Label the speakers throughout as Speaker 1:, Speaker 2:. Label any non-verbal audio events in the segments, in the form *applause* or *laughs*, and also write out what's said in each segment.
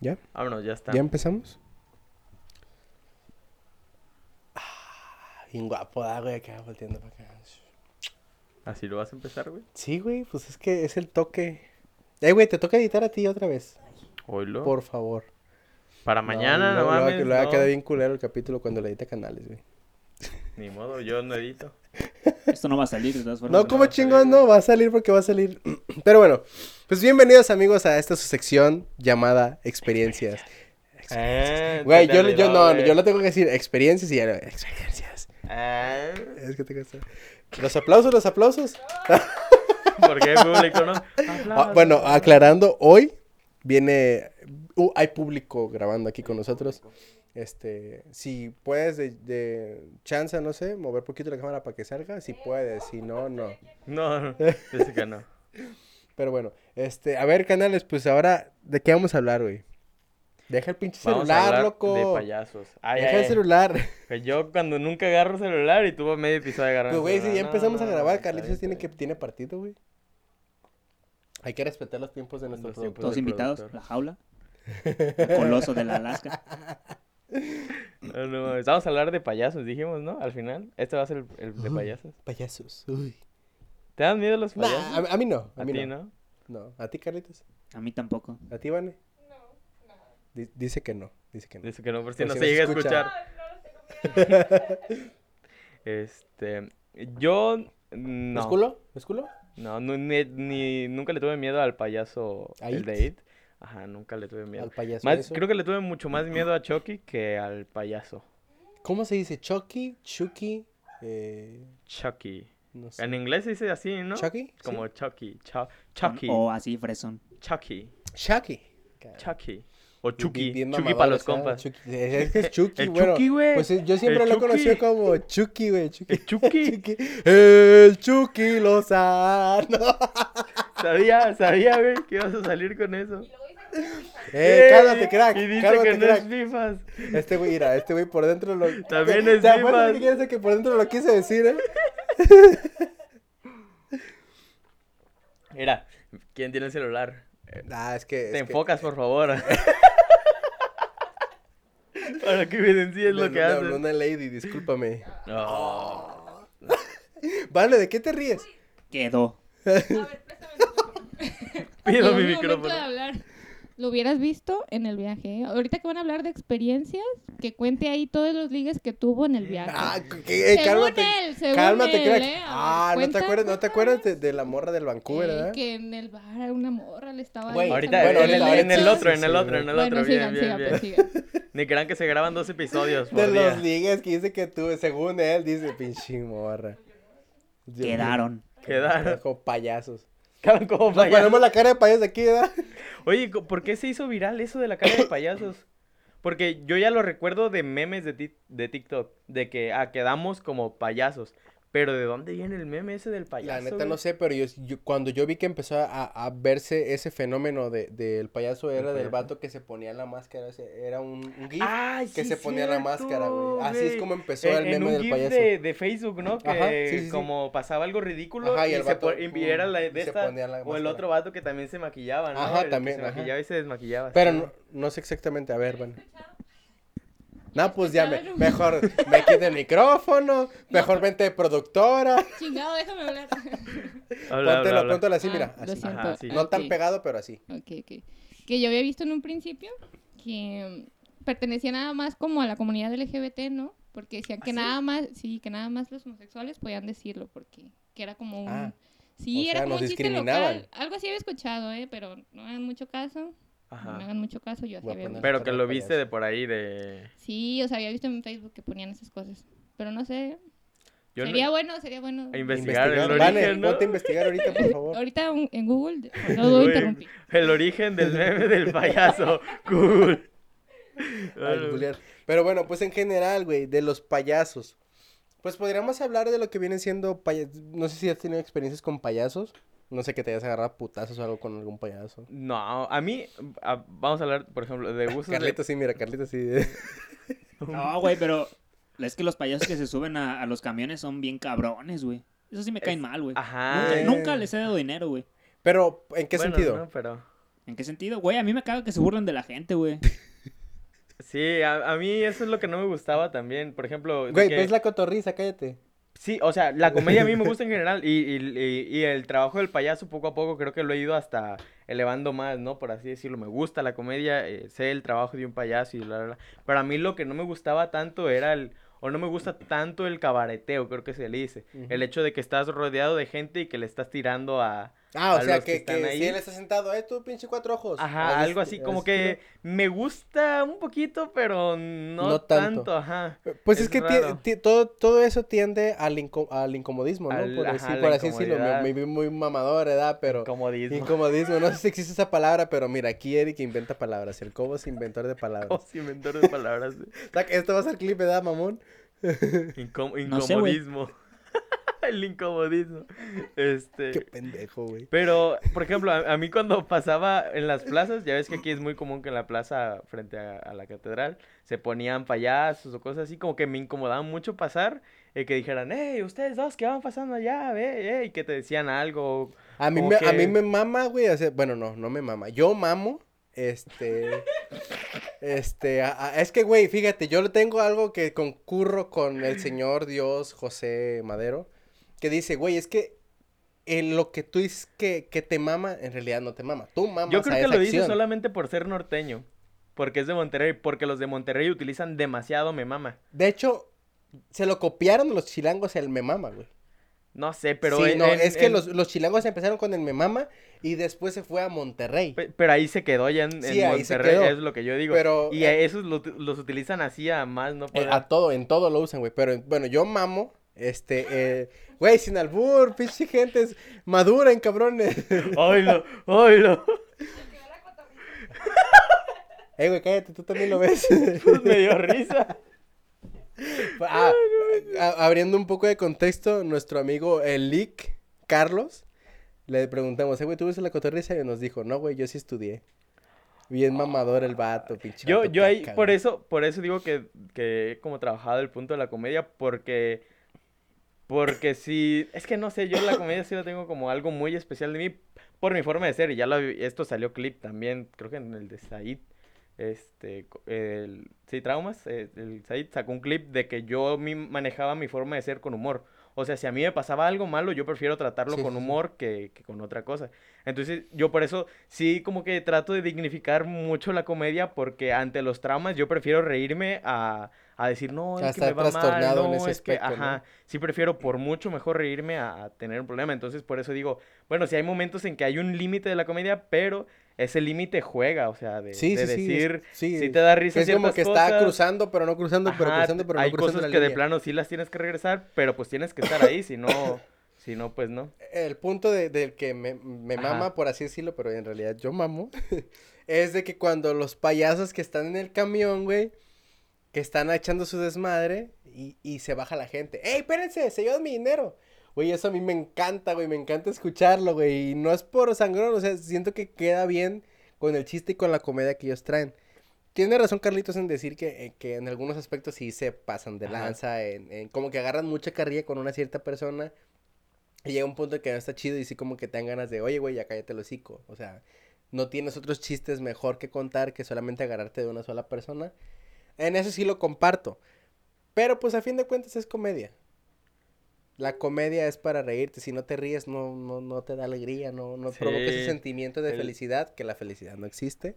Speaker 1: ¿Ya?
Speaker 2: Vámonos, ya está.
Speaker 1: ¿Ya empezamos? Ah, bien guapo, ah, güey, acá volteando para acá.
Speaker 2: Así lo vas a empezar, güey.
Speaker 1: Sí, güey, pues es que es el toque. Ay, güey, te toca editar a ti otra vez.
Speaker 2: Oílo.
Speaker 1: Por favor.
Speaker 2: Para mañana, no,
Speaker 1: no,
Speaker 2: mames.
Speaker 1: Lo va a
Speaker 2: no.
Speaker 1: quedar bien culero el capítulo cuando le edita canales, güey.
Speaker 2: Ni modo, yo no *laughs* edito.
Speaker 3: Esto no va a salir de todas formas.
Speaker 1: No, como
Speaker 2: va a salir,
Speaker 1: chingón,
Speaker 2: güey.
Speaker 1: no, va a salir porque va a salir. *clears throat* Pero bueno, pues bienvenidos amigos a esta su sección llamada Experiencias.
Speaker 2: Ah,
Speaker 1: Güey,
Speaker 2: se te
Speaker 1: yo,
Speaker 2: olvidó,
Speaker 1: yo no,
Speaker 2: güey.
Speaker 1: yo lo tengo que decir, experiencias y ya, experiencias.
Speaker 2: Ah,
Speaker 1: Es que tengo esto. Los aplausos, los aplausos.
Speaker 2: ¿Por qué público, no?
Speaker 1: Ah, bueno, aclarando, hoy viene. uh, hay público grabando aquí con nosotros. Este, si puedes de, de chance, no sé, mover poquito la cámara para que salga, si puedes, si no, no.
Speaker 2: No, no, dice
Speaker 1: *laughs*
Speaker 2: que no.
Speaker 1: Pero bueno, este, a ver, canales, pues ahora, ¿de qué vamos a hablar, güey? Deja el pinche
Speaker 2: Vamos a
Speaker 1: celular,
Speaker 2: hablar
Speaker 1: loco.
Speaker 2: De payasos. Ay,
Speaker 1: Deja
Speaker 2: ay,
Speaker 1: el
Speaker 2: *laughs*
Speaker 1: celular.
Speaker 2: que Yo cuando nunca agarro celular y tú vas medio episodio agarrando.
Speaker 1: Pues, güey, si ya empezamos a grabar, Carlitos
Speaker 2: Carlitos
Speaker 1: tiene que tiene partido, güey. Hay que respetar los tiempos de nuestro
Speaker 2: Los tiempos.
Speaker 3: Todos
Speaker 2: Pues el
Speaker 3: invitados,
Speaker 2: productor.
Speaker 3: la jaula.
Speaker 2: *laughs*
Speaker 3: El coloso de la Alaska.
Speaker 2: No, no, estábamos a hablar de payasos, dijimos, ¿no? Al final, este va a ser el, el de
Speaker 1: Ujú.
Speaker 2: payasos.
Speaker 1: Payasos. Uy.
Speaker 2: ¿Te dan miedo los
Speaker 1: Nah,
Speaker 2: payasos?
Speaker 1: a, a mí no. A,
Speaker 2: a
Speaker 1: mí
Speaker 2: ti,
Speaker 1: no.
Speaker 2: ¿no?
Speaker 1: no. ¿A ti, Carlitos?
Speaker 3: A mí tampoco.
Speaker 1: ¿A ti, Vane? No. Dice que no. Dice que no.
Speaker 2: Dice que no, por si
Speaker 1: Por
Speaker 2: no
Speaker 1: si no
Speaker 2: se
Speaker 1: se
Speaker 2: llega a
Speaker 1: escucha.
Speaker 2: escuchar. *laughs* Este, yo no.
Speaker 1: ¿Musculo? ¿Musculo?
Speaker 2: No, nu- ni, ni- nunca le tuve miedo al payaso
Speaker 1: ¿A
Speaker 2: el
Speaker 1: It?
Speaker 2: de It. Ajá, nunca le tuve miedo.
Speaker 1: Al payaso.
Speaker 2: Más-
Speaker 1: eso.
Speaker 2: creo que le tuve mucho más miedo a Chucky que al payaso.
Speaker 1: ¿Cómo se dice? ¿Chucky? ¿Chucky? Eh,
Speaker 2: Chucky.
Speaker 1: no sé.
Speaker 2: En inglés se dice así, ¿no?
Speaker 1: ¿Chucky?
Speaker 2: Como Chucky. Chu- Chucky.
Speaker 3: O así, fresón.
Speaker 2: Chucky.
Speaker 1: Sí. Chucky.
Speaker 2: Chucky. O
Speaker 1: Bien-
Speaker 2: Chucky.
Speaker 1: bien
Speaker 2: Chucky
Speaker 1: mamador,
Speaker 2: para los
Speaker 1: o sea,
Speaker 2: compas.
Speaker 1: Chucky. Es
Speaker 2: *laughs*
Speaker 1: que es Chucky,
Speaker 2: El
Speaker 1: bueno.
Speaker 2: Chucky, güey.
Speaker 1: Pues eh, yo siempre
Speaker 2: El
Speaker 1: lo conocí
Speaker 2: Chucky.
Speaker 1: como Chucky, güey.
Speaker 2: *laughs*
Speaker 1: Chucky.
Speaker 2: El Eh, Chucky.
Speaker 1: *laughs* Chucky. El Chucky
Speaker 2: *laughs*
Speaker 1: Lozano.
Speaker 2: Sabía, sabía, güey, que ibas a salir con eso.
Speaker 1: Eh, cálmate, crack.
Speaker 2: Y dice
Speaker 1: cálmate,
Speaker 2: que no
Speaker 1: crack.
Speaker 2: es FIFAs.
Speaker 1: Este güey, mira, este güey por dentro lo.
Speaker 2: También
Speaker 1: ¿Te- *laughs*
Speaker 2: es
Speaker 1: ¿Te acuerdas que
Speaker 2: Dimas.
Speaker 1: quieres que por dentro lo quise decir, eh?
Speaker 2: Mira, ¿quién tiene el celular? Eh,
Speaker 1: Ah, es que. es
Speaker 2: Te
Speaker 1: que-
Speaker 2: enfocas, por
Speaker 1: *laughs*
Speaker 2: favor. Para que evidencies
Speaker 1: le-
Speaker 2: lo que
Speaker 1: le habló
Speaker 2: haces.
Speaker 1: una lady, discúlpame. Ah,
Speaker 2: No.
Speaker 1: Vale, ¿de qué te
Speaker 4: *laughs*
Speaker 1: ríes?
Speaker 3: Quedó.
Speaker 4: A ver, préstame el micrófono.
Speaker 2: Pido
Speaker 4: Llegó
Speaker 2: mi
Speaker 4: el momento
Speaker 2: micrófono.
Speaker 4: de hablar. Lo hubieras visto en el viaje. ¿eh? Ahorita que van a hablar de experiencias, que cuente ahí todos los ligues que tuvo en el viaje.
Speaker 1: Ah, ¿qué? Eh,
Speaker 4: Según
Speaker 1: cálmate.
Speaker 4: él, según
Speaker 1: cálmate,
Speaker 4: él,
Speaker 1: crack.
Speaker 4: eh. A ver,
Speaker 1: Ah, ¿no te
Speaker 4: cuenta,
Speaker 1: acuerdas, no te
Speaker 4: cuenta,
Speaker 1: acuerdas de, de la morra del Vancouver,
Speaker 4: Eh,
Speaker 1: ¿verdad?
Speaker 4: que en el bar una morra le estaba...
Speaker 1: Güey,
Speaker 4: ahí
Speaker 2: Ahorita,
Speaker 4: sacando
Speaker 1: Bueno,
Speaker 2: en, el,
Speaker 1: ahorita,
Speaker 2: en el
Speaker 1: ahorita.
Speaker 2: otro, en el otro, en el otro.
Speaker 4: Bueno, sigan,
Speaker 2: bien, bien,
Speaker 4: sigan,
Speaker 2: bien.
Speaker 4: pues, sigan.
Speaker 2: *laughs* Ni crean que se graban dos episodios por
Speaker 1: De
Speaker 2: día.
Speaker 1: los ligues que dice que tú, según él, dice pinche morra. Dios mío.
Speaker 2: *laughs*
Speaker 3: Quedaron.
Speaker 2: Quedaron.
Speaker 1: Como payasos.
Speaker 2: Quedaron como
Speaker 1: Nos
Speaker 2: payasos.
Speaker 1: ponemos la cara de payaso aquí, ¿verdad?
Speaker 2: Oye, co- ¿por qué se hizo viral eso de la cara de payasos? Porque yo ya lo recuerdo de memes de, ti- de TikTok, de que ah, quedamos como payasos. Pero ¿de dónde viene el meme ese del payaso?
Speaker 1: La neta
Speaker 2: güey?
Speaker 1: no sé, pero yo, yo- cuando yo vi que empezó a, a verse ese fenómeno de- del payaso
Speaker 2: Del
Speaker 1: era del
Speaker 2: payaso. Ah,
Speaker 1: vato que se ponía la máscara, ese- era un, un gif
Speaker 2: Ay,
Speaker 1: que
Speaker 2: sí,
Speaker 1: se ponía la
Speaker 2: cierto,
Speaker 1: máscara, güey. Así es
Speaker 2: güey.
Speaker 1: como empezó
Speaker 2: En-
Speaker 1: el
Speaker 2: en
Speaker 1: meme
Speaker 2: un
Speaker 1: del
Speaker 2: GIF
Speaker 1: payaso.
Speaker 2: De, de Facebook, ¿no? Que
Speaker 1: Ajá, sí, sí, sí.
Speaker 2: como pasaba algo ridículo
Speaker 1: Ajá, y
Speaker 2: y,
Speaker 1: el
Speaker 2: se
Speaker 1: vato,
Speaker 2: po- y era la
Speaker 1: y
Speaker 2: de
Speaker 1: se
Speaker 2: esta,
Speaker 1: ponía la
Speaker 2: o el
Speaker 1: máscara.
Speaker 2: otro vato que también se maquillaba, ¿no?
Speaker 1: Ajá,
Speaker 2: El que
Speaker 1: también,
Speaker 2: se
Speaker 1: ajá.
Speaker 2: maquillaba y se desmaquillaba.
Speaker 1: Pero
Speaker 2: sí.
Speaker 1: no, no sé exactamente, a ver, bueno. No, pues ya me-
Speaker 4: escucharon?
Speaker 1: mejor me quito el
Speaker 2: *laughs*
Speaker 1: micrófono, mejor vente de productora,
Speaker 4: Chingado, déjame hablar.
Speaker 2: Habla, habla,
Speaker 1: póntelo,
Speaker 2: habla.
Speaker 1: póntelo así, mira,
Speaker 4: Ah, Lo
Speaker 1: así.
Speaker 4: siento.
Speaker 2: Ajá, sí.
Speaker 1: No tan
Speaker 4: Ok.
Speaker 1: pegado, pero así.
Speaker 4: Ok, ok. Que yo había visto en un principio que mm, pertenecía nada más como a la comunidad LGBT, ¿no? Porque decían
Speaker 1: ¿Ah,
Speaker 4: que
Speaker 2: sí?
Speaker 4: nada más, sí, que nada más los homosexuales podían decirlo, porque que era como un...
Speaker 1: Ah,
Speaker 4: sí,
Speaker 1: o
Speaker 4: era
Speaker 1: sea,
Speaker 4: como
Speaker 1: nos
Speaker 4: un chiste
Speaker 1: discriminaban.
Speaker 4: local. Algo así había escuchado, ¿eh? Pero no hagan mucho caso.
Speaker 2: Ajá.
Speaker 4: No hagan mucho caso, yo así
Speaker 1: Voy a
Speaker 4: había
Speaker 1: poner-
Speaker 4: visto.
Speaker 2: Pero que lo viste de por ahí de...
Speaker 4: Sí, o sea, había visto en Facebook que ponían esas cosas. Pero no sé.
Speaker 2: Yo no-
Speaker 4: sería bueno, sería bueno.
Speaker 2: A investigar el origen,
Speaker 1: Vane,
Speaker 2: ¿no?
Speaker 1: ponte a investigar ahorita, por
Speaker 2: *laughs*
Speaker 1: favor.
Speaker 4: Ahorita un- en Google, no lo
Speaker 2: Güey,
Speaker 4: interrumpí.
Speaker 2: El origen del meme del payaso. Cool.
Speaker 1: Ay, Julián. Pero bueno, pues en general, güey, de los payasos. Pues podríamos hablar de lo que vienen siendo paya- No sé si has tenido experiencias con payasos. No sé que te hayas agarrado a putazos o algo con algún payaso.
Speaker 2: No, a mí, a- vamos a hablar, por ejemplo, de gustos. de-
Speaker 1: Carlita sí, mira, Carlita sí. *laughs*
Speaker 3: No, güey, pero es que los payasos que se suben a, a los camiones son bien cabrones, güey. Eso sí me caen mal, güey.
Speaker 2: Ajá.
Speaker 3: Nunca, nunca les he dado dinero, güey.
Speaker 1: Pero, ¿en qué
Speaker 2: Bueno,
Speaker 1: sentido?
Speaker 2: no, pero...
Speaker 3: ¿En qué sentido? Güey, a mí me caga que se burlen de la gente, güey.
Speaker 2: Sí, a, a mí eso es lo que no me gustaba también. Por ejemplo, de
Speaker 5: Güey,
Speaker 2: que-
Speaker 5: pues es la cotorriza, cállate.
Speaker 2: sí, o sea, la comedia a *laughs* mí me gusta en general y, y- y- y el trabajo del payaso poco a poco creo que lo he ido hasta elevando más, ¿no? Por así decirlo, me gusta la comedia, eh, sé el trabajo de un payaso y bla, bla, bla. Pero a mí lo que no me gustaba tanto era el, o no me gusta tanto el cabareteo, creo que se le dice. El hecho de que estás rodeado de gente y que le estás tirando a,
Speaker 1: Ah, o
Speaker 2: A
Speaker 1: sea,
Speaker 2: los que
Speaker 1: que, que,
Speaker 2: están ahí.
Speaker 1: si él está sentado, eh, tú pinche cuatro ojos.
Speaker 2: Ajá,
Speaker 1: Ah,
Speaker 2: algo
Speaker 1: este-
Speaker 2: así, como
Speaker 1: este
Speaker 2: que me gusta un poquito, pero no,
Speaker 1: No tanto.
Speaker 2: tanto. ajá.
Speaker 1: Pues es,
Speaker 2: Es
Speaker 1: que ti-
Speaker 2: raro.
Speaker 1: ti- todo, todo eso tiende al, inco- al incomodismo, ¿no?
Speaker 2: Al-
Speaker 1: por
Speaker 2: ajá,
Speaker 1: decir-
Speaker 2: la
Speaker 1: por así decirlo, me,
Speaker 2: incomodidad.
Speaker 1: me vi muy mamador, ¿verdad? Pero
Speaker 2: Comodismo.
Speaker 1: incomodismo, no sé si existe esa palabra, pero mira, aquí Eric inventa palabras, el Cobo es inventor de
Speaker 2: *laughs*
Speaker 1: palabras.
Speaker 2: Como inventor de palabras.
Speaker 1: O sea, que Esto va a ser clip, ¿verdad, mamón?
Speaker 2: Incom-
Speaker 3: No sé, güey.
Speaker 2: incomodismo. *laughs* El incomodismo. Este.
Speaker 1: Qué pendejo, güey.
Speaker 2: Pero, por ejemplo, a, a mí cuando pasaba en las plazas, ya ves que aquí es muy común que en la plaza frente a, a la catedral se ponían payasos o cosas así, como que me incomodaba mucho pasar eh, que dijeran, hey, ustedes dos que van pasando allá, ve, eh", y que te decían algo.
Speaker 1: A mí,
Speaker 2: Como
Speaker 1: me, a mí
Speaker 2: que-
Speaker 1: me mama, güey, o sea, bueno, no, no me mama, yo mamo, este... Este, a- a- es que, güey, fíjate, yo le tengo algo que concurro con el señor Dios José Madero, que dice, güey, es que en lo que tú dices que, que te mama, en realidad no te mama, tú mamas
Speaker 2: Yo creo
Speaker 1: a
Speaker 2: que
Speaker 1: esa
Speaker 2: lo dice
Speaker 1: acción.
Speaker 2: solamente por ser norteño. Porque es de Monterrey. Porque los de Monterrey utilizan demasiado me mama.
Speaker 1: De hecho, se lo copiaron los chilangos el me mama, güey.
Speaker 2: No sé, pero.
Speaker 1: Sí,
Speaker 2: en-
Speaker 1: no,
Speaker 2: en-
Speaker 1: es que
Speaker 2: en-
Speaker 1: los, los chilangos empezaron con el me mama y después se fue a Monterrey.
Speaker 2: pe- Pero ahí se quedó ya en, en
Speaker 1: Sí, ahí se
Speaker 2: Monterrey,
Speaker 1: quedó.
Speaker 2: es lo que yo digo.
Speaker 1: Pero,
Speaker 2: y
Speaker 1: eh,
Speaker 2: a esos lo- los utilizan así a más, ¿no?
Speaker 1: Eh,
Speaker 2: poder. *laughs*
Speaker 1: a todo, en todo lo usan, güey. Pero en- bueno, yo mamo. Este,
Speaker 2: *laughs*
Speaker 1: eh, güey, sin albur, pinche gente, es- maduren, cabrones. *laughs*
Speaker 2: ¡Oilo! ¡Oilo!
Speaker 1: Eh, güey, cállate, tú también lo ves.
Speaker 2: *laughs*
Speaker 1: *laughs*
Speaker 2: Pues me dio risa.
Speaker 1: Ah, a- abriendo un poco de contexto, nuestro amigo el Lick, Carlos, le preguntamos, eh, güey, ¿tú ves la cotorriza? Y nos dijo, no, güey, yo sí estudié. Bien mamador el vato, pinche.
Speaker 2: Yo,
Speaker 1: vato
Speaker 2: yo ahí,
Speaker 1: caca,
Speaker 2: por
Speaker 1: güey.
Speaker 2: eso, por eso digo que, que he como trabajado el punto de la comedia, porque. Porque si. Es que no sé, yo la comedia sí la tengo como algo muy especial de mí por mi forma de ser. Y ya lo, esto salió clip también, creo que en el de Said. Este, co- el, sí, traumas. eh, El Said sacó un clip de que yo mi- manejaba mi forma de ser con humor. O sea, si a mí me pasaba algo malo, yo prefiero tratarlo
Speaker 1: Sí,
Speaker 2: con
Speaker 1: sí, sí.
Speaker 2: humor que, que con otra cosa. Entonces, yo por eso sí como que trato de dignificar mucho la comedia porque ante los traumas yo prefiero reírme a, a decir, no,
Speaker 1: A
Speaker 2: es que
Speaker 1: estar
Speaker 2: me va mal,
Speaker 1: trastornado en
Speaker 2: no,
Speaker 1: ese
Speaker 2: es que,
Speaker 1: aspecto, ¿no?
Speaker 2: ajá, sí prefiero por mucho mejor reírme a, a tener un problema. Entonces, por eso digo, bueno, si hay momentos en que hay un límite de la comedia, pero ese límite juega, o sea, de,
Speaker 1: Sí,
Speaker 2: de
Speaker 1: sí, sí, es-
Speaker 2: decir,
Speaker 1: sí,
Speaker 2: si te da risa
Speaker 1: Es como
Speaker 2: ciertas
Speaker 1: que está
Speaker 2: cosas,
Speaker 1: cruzando, pero no cruzando, pero
Speaker 2: ajá,
Speaker 1: cruzando, pero
Speaker 2: hay
Speaker 1: no cruzando
Speaker 2: cosas
Speaker 1: la
Speaker 2: que de
Speaker 1: línea.
Speaker 2: plano sí las tienes que regresar, pero pues tienes que estar ahí, si no, si no, pues no.
Speaker 1: el punto de- del que me, me
Speaker 2: Ajá.
Speaker 1: mama, por así decirlo, pero en realidad yo mamo, *laughs* es de que cuando los payasos que están en el camión, güey, que están echando su desmadre y, y se baja la gente. ¡Ey, espérense! ¡Se llevan mi dinero! Güey, eso a mí me encanta, güey, me encanta escucharlo, güey, y no es por sangrón, o sea, siento que queda bien con el chiste y con la comedia que ellos traen. Tiene razón Carlitos en decir que, eh, que en algunos aspectos sí se pasan de
Speaker 2: Ajá.
Speaker 1: lanza, en, en como que agarran mucha carrilla con una cierta persona y llega un punto en que no está chido y sí como que te dan ganas de, oye, güey, ya cállate el hocico. O sea, no tienes otros chistes mejor que contar que solamente agarrarte de una sola persona. En eso sí lo comparto. Pero pues a fin de cuentas es comedia. La comedia es para reírte. Si no te ríes, no, no, no te da alegría, no, no provoca ese
Speaker 2: Sí,
Speaker 1: sentimiento de
Speaker 2: el-
Speaker 1: felicidad, que la felicidad no existe.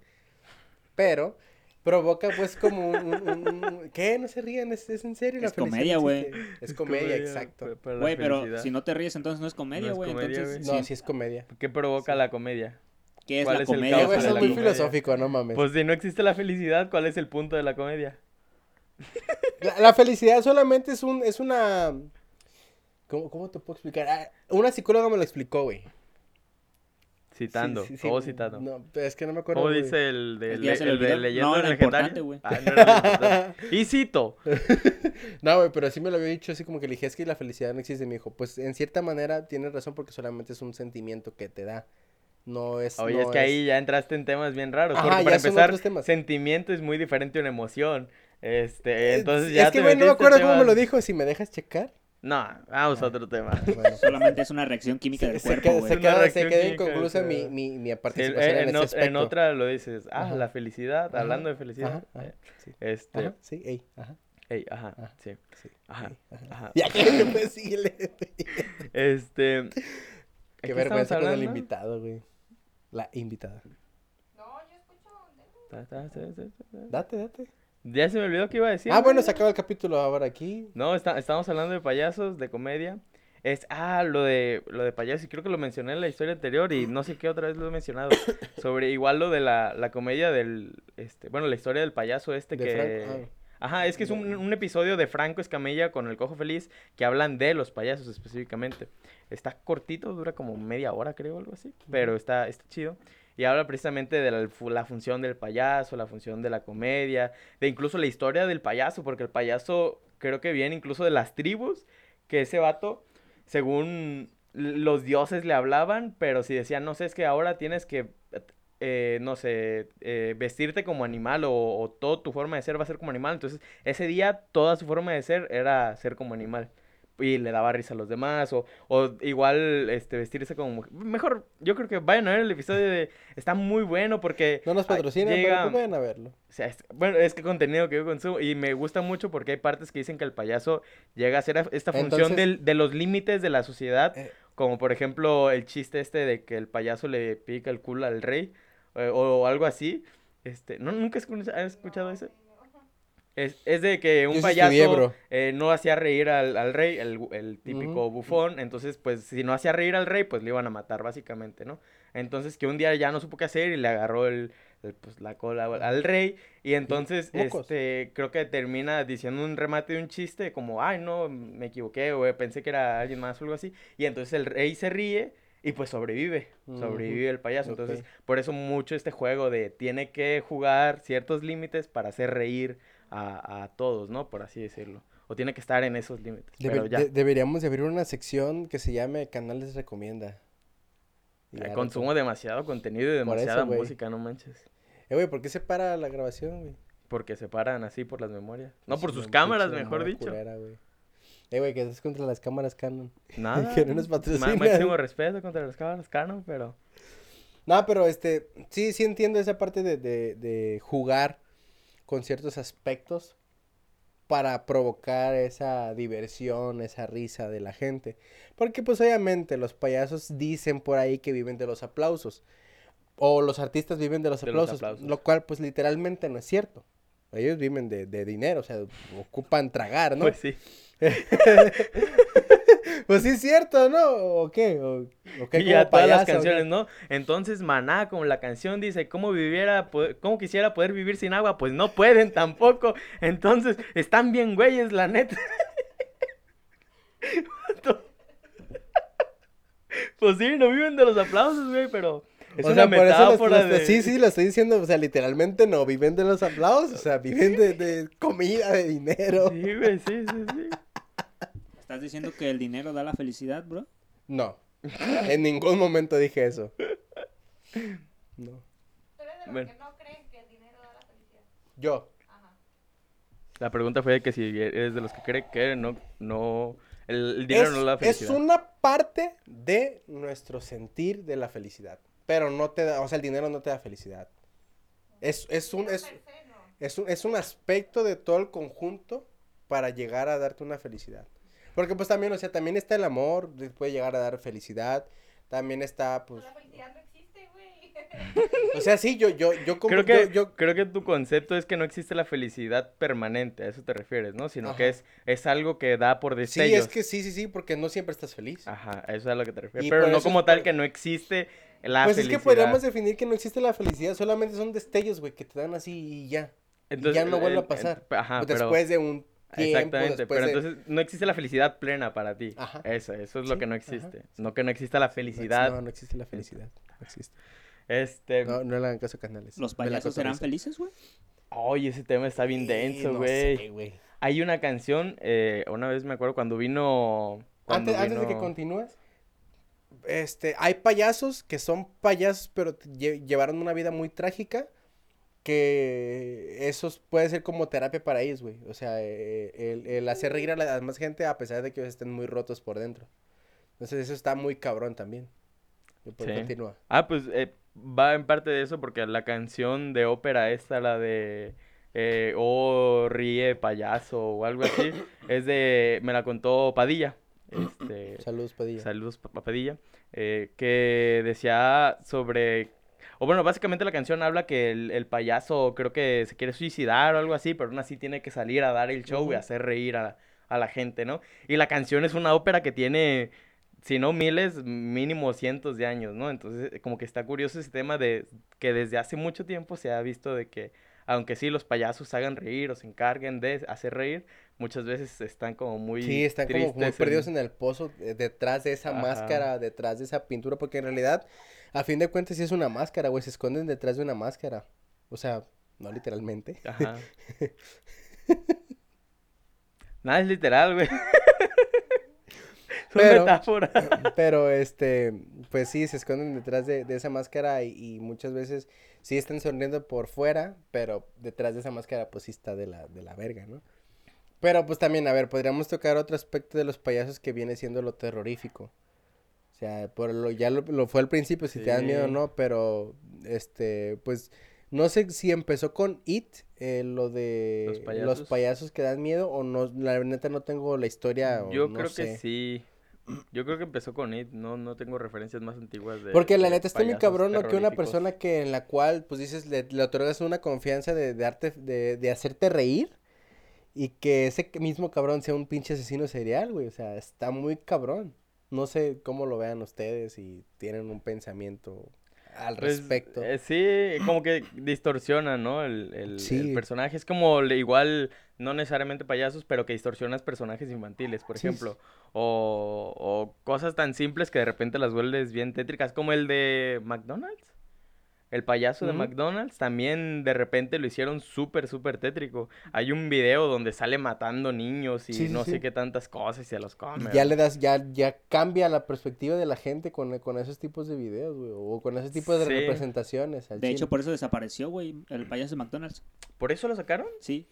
Speaker 1: Pero provoca pues como un... un- un- un- ¿Qué? No se rían, es, es en serio. la
Speaker 3: Es
Speaker 1: felicidad
Speaker 3: comedia,
Speaker 1: no
Speaker 3: güey.
Speaker 1: existe. Es comedia, exacto.
Speaker 2: pa- para *laughs* la
Speaker 3: Güey, pero
Speaker 2: felicidad.
Speaker 3: si no te ríes, entonces no es comedia,
Speaker 2: es
Speaker 3: güey.
Speaker 2: comedia,
Speaker 3: entonces,
Speaker 1: No,
Speaker 3: sí,
Speaker 1: sí es comedia.
Speaker 2: ¿Qué provoca la comedia?
Speaker 3: ¿qué es
Speaker 2: ¿cuál
Speaker 3: la
Speaker 2: es el
Speaker 1: Eh,
Speaker 3: comedia?
Speaker 2: causa
Speaker 1: güey,
Speaker 3: güey?
Speaker 1: eso es
Speaker 2: la
Speaker 1: muy
Speaker 2: comedia.
Speaker 1: filosófico, no mames.
Speaker 2: Pues si no existe la felicidad, ¿cuál es el punto de la comedia?
Speaker 1: La, la felicidad solamente es un, es una. ¿Cómo, cómo te puedo explicar? Ah, una psicóloga me lo explicó, güey.
Speaker 2: Citando,
Speaker 1: Sí, sí, sí,
Speaker 2: todo citando.
Speaker 1: No, es que no me acuerdo.
Speaker 2: ¿Cómo
Speaker 1: güey.
Speaker 2: dice el de,
Speaker 3: Es que ya
Speaker 2: le-
Speaker 3: se le
Speaker 2: el de
Speaker 3: olvidó. No,
Speaker 2: leyendas
Speaker 3: era
Speaker 2: legendarias?
Speaker 3: importante, güey.
Speaker 2: Ah, no era lo
Speaker 1: *laughs*
Speaker 2: importante. y cito.
Speaker 1: No, güey, pero sí me lo había dicho así como que le dije, es que la felicidad no existe, me dijo. Pues en cierta manera tienes razón porque solamente es un sentimiento que te da. No es.
Speaker 2: Oye,
Speaker 1: no
Speaker 2: es que ahí ya entraste en temas bien raros.
Speaker 1: Ajá,
Speaker 2: porque
Speaker 1: ya
Speaker 2: para
Speaker 1: son
Speaker 2: empezar,
Speaker 1: otros temas.
Speaker 2: sentimiento es muy diferente a una emoción. Este,
Speaker 1: Eh,
Speaker 2: entonces
Speaker 1: es
Speaker 2: ya
Speaker 1: que,
Speaker 2: te
Speaker 1: güey, no me
Speaker 2: metiste en
Speaker 1: acuerdo cómo me lo
Speaker 2: temas- *laughs*
Speaker 1: dijo. Si me dejas checar. pues,
Speaker 2: No, vamos a
Speaker 1: *laughs*
Speaker 2: otro tema.
Speaker 1: Bueno,
Speaker 3: Solamente es una reacción química del
Speaker 1: se, se
Speaker 3: cuerpo,
Speaker 1: queda- se
Speaker 3: güey.
Speaker 2: Una
Speaker 1: queda- se
Speaker 2: reacción
Speaker 1: queda
Speaker 2: química,
Speaker 1: inconclusa
Speaker 2: o sea,
Speaker 1: mi, mi, mi
Speaker 2: El-
Speaker 1: participación
Speaker 2: eh, en,
Speaker 1: en,
Speaker 2: ot-
Speaker 1: ese
Speaker 2: en
Speaker 1: aspecto.
Speaker 2: otra lo dices, ah,
Speaker 1: Ajá.
Speaker 2: la felicidad,
Speaker 1: Ajá,
Speaker 2: hablando de felicidad.
Speaker 1: Ajá, ajá, sí,
Speaker 2: Este,
Speaker 1: ajá, sí, ey, ajá, *laughs*
Speaker 2: ey, ajá,
Speaker 1: Ajá.
Speaker 2: sí,
Speaker 1: sí,
Speaker 2: ajá,
Speaker 1: ey, ajá.
Speaker 2: ajá.
Speaker 1: Ya que pues, síguele.
Speaker 2: Este, ¿de
Speaker 1: Qué
Speaker 2: estamos
Speaker 1: vergüenza con el
Speaker 2: hablando?
Speaker 1: invitado, güey. La invitada.
Speaker 4: No, yo escucho.
Speaker 2: Ta, ta, ta, ta, ta, ta.
Speaker 1: Date, date.
Speaker 2: Ya se me olvidó que iba a decir.
Speaker 1: ah, bueno,
Speaker 2: güey.
Speaker 1: se acaba el capítulo ahora aquí.
Speaker 2: No, está- estamos hablando de payasos, de comedia. Es, ah, lo de, lo de payasos, y creo que lo mencioné en la historia anterior y no sé qué otra vez lo he mencionado. Sobre igual lo de la, la comedia del, este, bueno, la historia del payaso este
Speaker 1: De ah.
Speaker 2: que...
Speaker 1: Franco,
Speaker 2: Ajá, es que es un, un episodio de Franco Escamilla con el Cojo Feliz que hablan de los payasos específicamente. Está cortito, dura como media hora, creo, algo así, pero está, está chido. Y habla precisamente de la, fu- la función del payaso, la función de la comedia, de incluso la historia del payaso, porque el payaso creo que viene incluso de las tribus, que ese vato, según l- los dioses le hablaban, pero si decían, no sé, es que ahora tienes que, eh, no sé, eh, vestirte como animal o, o toda tu forma de ser va a ser como animal, entonces ese día toda su forma de ser era ser como animal. Y le daba risa a los demás, o, o igual este, vestirse como mujer. Mejor, yo creo que vayan a ver el episodio de. Está muy bueno porque.
Speaker 1: No nos
Speaker 2: ah,
Speaker 1: patrocinan,
Speaker 2: llega-
Speaker 1: pero pues vayan a verlo.
Speaker 2: o sea, es- bueno, es que contenido que yo consumo y me gusta mucho porque hay partes que dicen que el payaso llega a hacer a- esta función
Speaker 1: Entonces-
Speaker 2: del- de los límites de la sociedad,
Speaker 1: Eh.
Speaker 2: como por ejemplo el chiste este de que el payaso le pica el culo al rey eh, o, algo así. Este, ¿no, ¿Nunca has escu- has escuchado ese? Es, es de que un
Speaker 1: Yo sí
Speaker 2: payaso
Speaker 1: estudié, bro.
Speaker 2: eh, no hacía reír al, al rey, el, gu- el típico
Speaker 1: Ujú.
Speaker 2: bufón, entonces pues si no hacía reír al rey pues le iban a matar básicamente, ¿no? Entonces que un día ya no supo qué hacer y le agarró el, el, pues, la cola al- al rey y entonces
Speaker 1: mocos.
Speaker 2: este creo que termina diciendo un remate de un chiste como, ay no, me equivoqué o eh, pensé que era alguien más o algo así y entonces el rey se ríe y pues sobrevive,
Speaker 1: Ujú.
Speaker 2: sobrevive el payaso, entonces
Speaker 1: Ok.
Speaker 2: por eso mucho este juego de tiene que jugar ciertos límites para hacer reír a, a todos, ¿no? Por así decirlo. O tiene que estar en esos límites.
Speaker 1: Debe-
Speaker 2: pero ya. eh,
Speaker 1: de- deberíamos de abrir una sección que se llame Canales Recomienda. Y
Speaker 2: Eh,
Speaker 1: ya,
Speaker 2: Consumo demasiado contenido y
Speaker 1: Por eso,
Speaker 2: demasiada
Speaker 1: güey.
Speaker 2: música, no manches.
Speaker 1: Eh, güey, ¿por qué se para la grabación, güey?
Speaker 2: Porque se paran así por las memorias. No, por
Speaker 1: Es
Speaker 2: sus
Speaker 1: una
Speaker 2: cámaras,
Speaker 1: pinche
Speaker 2: mejor
Speaker 1: mamada
Speaker 2: dicho.
Speaker 1: culera, güey. Eh, güey, que estás contra las cámaras Canon. *laughs*
Speaker 2: Nada.
Speaker 1: Que no nos
Speaker 2: ma-
Speaker 1: patrocinan.
Speaker 2: Máximo respeto contra los cámaras Canon, pero.
Speaker 1: No, pero este, sí, sí entiendo esa parte de, de, de jugar con ciertos aspectos para provocar esa diversión, esa risa de la gente. Porque pues obviamente los payasos dicen por ahí que viven de los aplausos. O los artistas viven de los,
Speaker 2: De los
Speaker 1: aplausos,
Speaker 2: aplausos.
Speaker 1: Lo cual pues literalmente no es cierto. Ellos viven de, de dinero, o sea, ocupan tragar, ¿no?
Speaker 2: Pues sí.
Speaker 1: Pues sí es cierto, ¿no? ¿O qué? ¿O, o qué
Speaker 2: Y ya
Speaker 1: como
Speaker 2: todas las
Speaker 1: payaso, o qué?
Speaker 2: canciones, ¿no? Entonces, Maná, como la canción dice, ¿cómo viviera, po- cómo quisiera poder vivir sin agua? Pues no pueden tampoco. Entonces, están bien güeyes, la neta. *laughs* Vato. pues sí, no viven de los aplausos, güey, pero es
Speaker 1: O
Speaker 2: una
Speaker 1: sea, por eso los-
Speaker 2: metáfora
Speaker 1: los-
Speaker 2: de...
Speaker 1: Sí, sí, lo estoy diciendo, o sea, literalmente no, viven de los aplausos, o sea, viven de, de comida, de dinero.
Speaker 2: Sí, güey, sí, sí, sí.
Speaker 3: ¿Estás diciendo que el dinero da la felicidad, bro?
Speaker 1: No, en ningún momento dije eso. No.
Speaker 4: Tú eres de los
Speaker 2: Bueno.
Speaker 4: que no creen que el dinero da la felicidad.
Speaker 1: Yo,
Speaker 4: Ajá.
Speaker 2: La pregunta fue de que si eres de los que cree que no, no, el, el dinero
Speaker 1: es,
Speaker 2: no da
Speaker 1: es
Speaker 2: felicidad.
Speaker 1: una parte de nuestro sentir de la felicidad, pero no te da, o sea, el dinero no te da felicidad. Es, es un... Es, Es un, es un aspecto de todo el conjunto para llegar a darte una felicidad. Porque pues también, o sea, también está el amor, te puede llegar a dar felicidad, también está, pues...
Speaker 4: La felicidad no existe, güey.
Speaker 1: O sea, sí, yo, yo, yo como...
Speaker 2: Creo que,
Speaker 1: yo- yo-
Speaker 2: creo que tu concepto es que no existe la felicidad permanente, a eso te refieres, ¿no? Sino que
Speaker 1: Ajá.
Speaker 2: es, es Ah, algo que da por
Speaker 1: sí,
Speaker 2: destellos.
Speaker 1: es que sí, sí, sí, porque no siempre estás feliz.
Speaker 2: Ajá, a eso es a lo que te refieres.
Speaker 1: Y
Speaker 2: Pero
Speaker 1: por eso
Speaker 2: no
Speaker 1: es
Speaker 2: como tal
Speaker 1: por-
Speaker 2: que no existe la
Speaker 1: pues
Speaker 2: felicidad.
Speaker 1: es que podríamos definir que no existe la felicidad, solamente son destellos, güey, que te dan así y ya. ya no vuelve a
Speaker 2: eh, en-
Speaker 1: pasar.
Speaker 2: en- ajá, Ah, pero-
Speaker 1: después de un tiempo,
Speaker 2: Exactamente,
Speaker 1: después
Speaker 2: pero
Speaker 1: de-
Speaker 2: entonces no existe la felicidad plena para ti.
Speaker 1: Ajá.
Speaker 2: Eso, eso es lo
Speaker 1: Sí,
Speaker 2: que no
Speaker 1: ajá,
Speaker 2: existe. No que no exista la felicidad.
Speaker 1: No, no existe la felicidad, no existe.
Speaker 2: Este,
Speaker 1: No, no le hagan caso a Canales.
Speaker 3: ¿Los
Speaker 1: me la
Speaker 3: payasos serán
Speaker 1: cotorriza.
Speaker 3: felices, güey?
Speaker 2: ay, ese tema está bien denso,
Speaker 1: Eh, no
Speaker 2: güey.
Speaker 1: sé, güey.
Speaker 2: Hay una canción, eh, una vez me acuerdo cuando vino cuando
Speaker 1: Antes, antes de que
Speaker 2: vino-
Speaker 1: continúes, este, hay payasos que son payasos, pero lle- llevaron una vida muy trágica que eso es- puede ser como terapia para ellos, güey. O sea, eh, el, el hacer reír a la demás gente a pesar de que ellos estén muy rotos por dentro. Entonces eso está muy cabrón también. Y por
Speaker 2: Sí.
Speaker 1: continúa.
Speaker 2: Ah, pues eh, va en parte de eso porque la canción de ópera esta, la de eh, Oh, ríe payaso o algo así, es de, me la contó Padilla. Este,
Speaker 1: Saludos, Padilla.
Speaker 2: Saludos, pa- pa- Padilla. eh, que decía sobre. O bueno, básicamente la canción habla que el, el payaso creo que se quiere suicidar o algo así, pero aún así tiene que salir a dar el show y hacer reír a, a la gente, ¿no? Y la canción es una ópera que tiene, si no miles, mínimo cientos de años, ¿no? Entonces, eh, como que está curioso ese tema de que desde hace mucho tiempo se ha visto de que, aunque sí los payasos hagan reír o se encarguen de hacer reír, muchas veces están como muy.
Speaker 1: Sí, están como muy
Speaker 2: tristes
Speaker 1: perdidos en el pozo eh, detrás de esa
Speaker 2: Ajá.
Speaker 1: máscara, detrás de esa pintura, porque en realidad, a fin de cuentas, sí es una máscara, güey. Se esconden detrás de una máscara. O sea, no literalmente.
Speaker 2: Ajá. *laughs* Nada es literal, güey. *laughs* Son
Speaker 1: Pero-
Speaker 2: metáforas.
Speaker 1: *laughs* Pero este, pues sí, se esconden detrás de, de esa máscara y, y muchas veces sí están sonriendo por fuera, pero detrás de esa máscara pues sí está de la, de la verga, ¿no? Pero pues también, a ver, podríamos tocar otro aspecto de los payasos que viene siendo lo terrorífico. O sea, por lo, ya lo, lo fue al principio, si te dan miedo o
Speaker 2: Sí.
Speaker 1: no, pero este, pues no sé si empezó con It, eh, lo de
Speaker 2: Los
Speaker 1: los
Speaker 2: payasos.
Speaker 1: payasos que dan miedo o no, la neta no tengo la historia. o
Speaker 2: *laughs* Yo
Speaker 1: no
Speaker 2: creo
Speaker 1: sé.
Speaker 2: que sí. Yo creo que empezó con It. No, no tengo referencias más antiguas de.
Speaker 1: Porque la
Speaker 2: este, de
Speaker 1: neta está muy
Speaker 2: payasos
Speaker 1: cabrón ¿no? que una
Speaker 2: terroríficos.
Speaker 1: persona que en la cual, pues dices, le, le otorgas una confianza de, de, darte- de, de hacerte reír y que ese c- mismo cabrón sea un pinche asesino serial, güey. O sea, está muy cabrón. No sé cómo lo vean ustedes y tienen un pensamiento al
Speaker 2: Pues,
Speaker 1: respecto.
Speaker 2: eh, sí, como que distorsiona, ¿no? El, el- el
Speaker 1: Sí.
Speaker 2: personaje es como le- igual, no necesariamente payasos, pero que distorsionas personajes infantiles, por
Speaker 1: Sí, sí.
Speaker 2: ejemplo. O, o cosas tan simples que de repente las vuelves bien tétricas, como el de McDonald's. El payaso de
Speaker 1: Ujú.
Speaker 2: McDonald's también de repente lo hicieron súper, súper tétrico. Hay un video donde sale matando niños y
Speaker 1: Sí, sí,
Speaker 2: no
Speaker 1: sí.
Speaker 2: sé qué tantas cosas y se los come.
Speaker 1: Ya
Speaker 2: ¿no?
Speaker 1: le das, ya, ya cambia la perspectiva de la gente con, con esos tipos de videos, güey, o con esos tipos de
Speaker 2: Sí.
Speaker 1: representaciones. al
Speaker 3: De hecho,
Speaker 1: chile.
Speaker 3: por eso desapareció, güey, el payaso de McDonald's.
Speaker 2: ¿Por eso lo sacaron?
Speaker 3: Sí.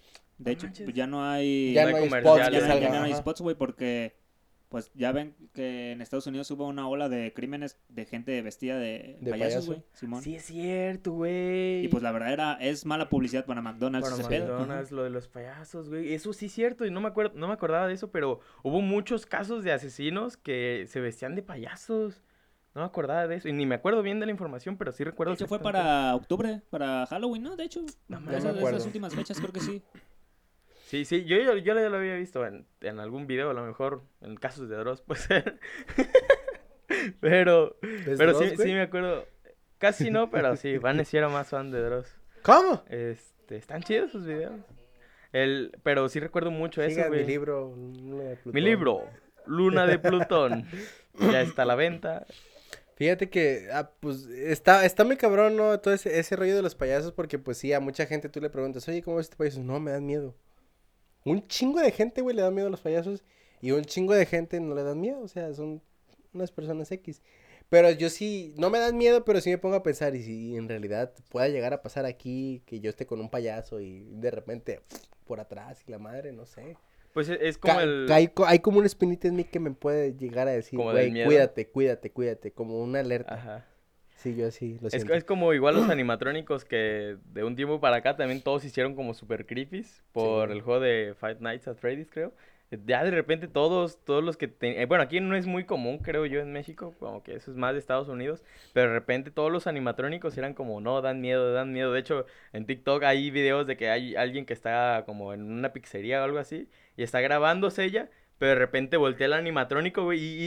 Speaker 2: No
Speaker 3: De hecho,
Speaker 2: manches.
Speaker 3: pues ya no hay...
Speaker 1: ya
Speaker 2: no
Speaker 1: no
Speaker 2: hay
Speaker 1: hay spots
Speaker 3: ya,
Speaker 1: que
Speaker 2: comerciales,
Speaker 3: no- ya
Speaker 1: salgan,
Speaker 3: no hay
Speaker 1: ajá.
Speaker 3: spots, güey, porque... Pues ya ven que en Estados Unidos hubo una ola de crímenes de gente vestida de,
Speaker 1: De payaso.
Speaker 3: payasos, güey. Simón.
Speaker 2: Sí, es cierto, güey.
Speaker 3: Y pues la verdad era, es mala publicidad para McDonald's.
Speaker 2: Para
Speaker 3: ese pedo.
Speaker 2: McDonald's, lo de los payasos, güey. Eso sí es cierto y no me acuerdo, no me acordaba de eso, pero hubo muchos casos de asesinos que se vestían de payasos. No me acordaba de eso y ni me acuerdo bien de la información, pero sí recuerdo.
Speaker 3: De hecho fue
Speaker 2: exactamente.
Speaker 3: para octubre, para Halloween, ¿no? De hecho,
Speaker 2: No
Speaker 3: esas-
Speaker 2: me
Speaker 3: esas,
Speaker 1: acuerdo.
Speaker 3: últimas fechas creo que sí.
Speaker 2: Sí, sí, yo, yo, yo lo había visto en, en algún video, a lo mejor, en casos de Dross, *laughs* puede ser. pero
Speaker 1: ¿Ves
Speaker 2: pero
Speaker 1: Dross,
Speaker 2: sí,
Speaker 1: güey?
Speaker 2: sí me acuerdo. Casi no, pero sí, Van sí era más fan de Dross.
Speaker 1: ¿Cómo?
Speaker 2: Este, están chidos sus videos. El, pero sí recuerdo mucho eso,
Speaker 1: Sigan mi
Speaker 2: güey.
Speaker 1: libro. Luna de
Speaker 2: Mi
Speaker 1: Plutón.
Speaker 2: libro, Luna de Plutón, *laughs* ya está a la venta.
Speaker 1: Fíjate que, ah, pues, está, está muy cabrón, ¿no? Todo ese, ese rollo de los payasos, porque, pues, sí, a mucha gente tú le preguntas, oye, ¿cómo es este payaso? No, me dan miedo. Un chingo de gente, güey, le dan miedo a los payasos, y un chingo de gente no le dan miedo, o sea, son unas personas X. Pero yo sí, no me dan miedo, pero sí me pongo a pensar, y si en realidad pueda llegar a pasar aquí, que yo esté con un payaso y de repente por atrás, y la madre, no sé.
Speaker 2: Pues e- es como
Speaker 1: Ca-
Speaker 2: el...
Speaker 1: ca- hay, co- hay como una espinita en mí que me puede llegar a decir,
Speaker 2: Como del
Speaker 1: güey,
Speaker 2: miedo.
Speaker 1: cuídate, cuídate, cuídate, como una alerta.
Speaker 2: Ajá.
Speaker 1: Sí, yo sí, lo
Speaker 2: Es,
Speaker 1: siento.
Speaker 2: es como igual los animatrónicos que de un tiempo para acá también todos se hicieron como super creepy por
Speaker 1: Sí.
Speaker 2: el juego de Five Nights at Freddy's, creo. Ya de repente todos, todos los que... te- eh, bueno, aquí no es muy común, creo yo, en México, como que eso es más de Estados Unidos, pero de repente todos los animatrónicos eran como, no, dan miedo, dan miedo. De hecho, en TikTok hay videos de que hay alguien que está como en una pizzería o algo así y está grabándose ella, pero de repente voltea el animatrónico, güey, y,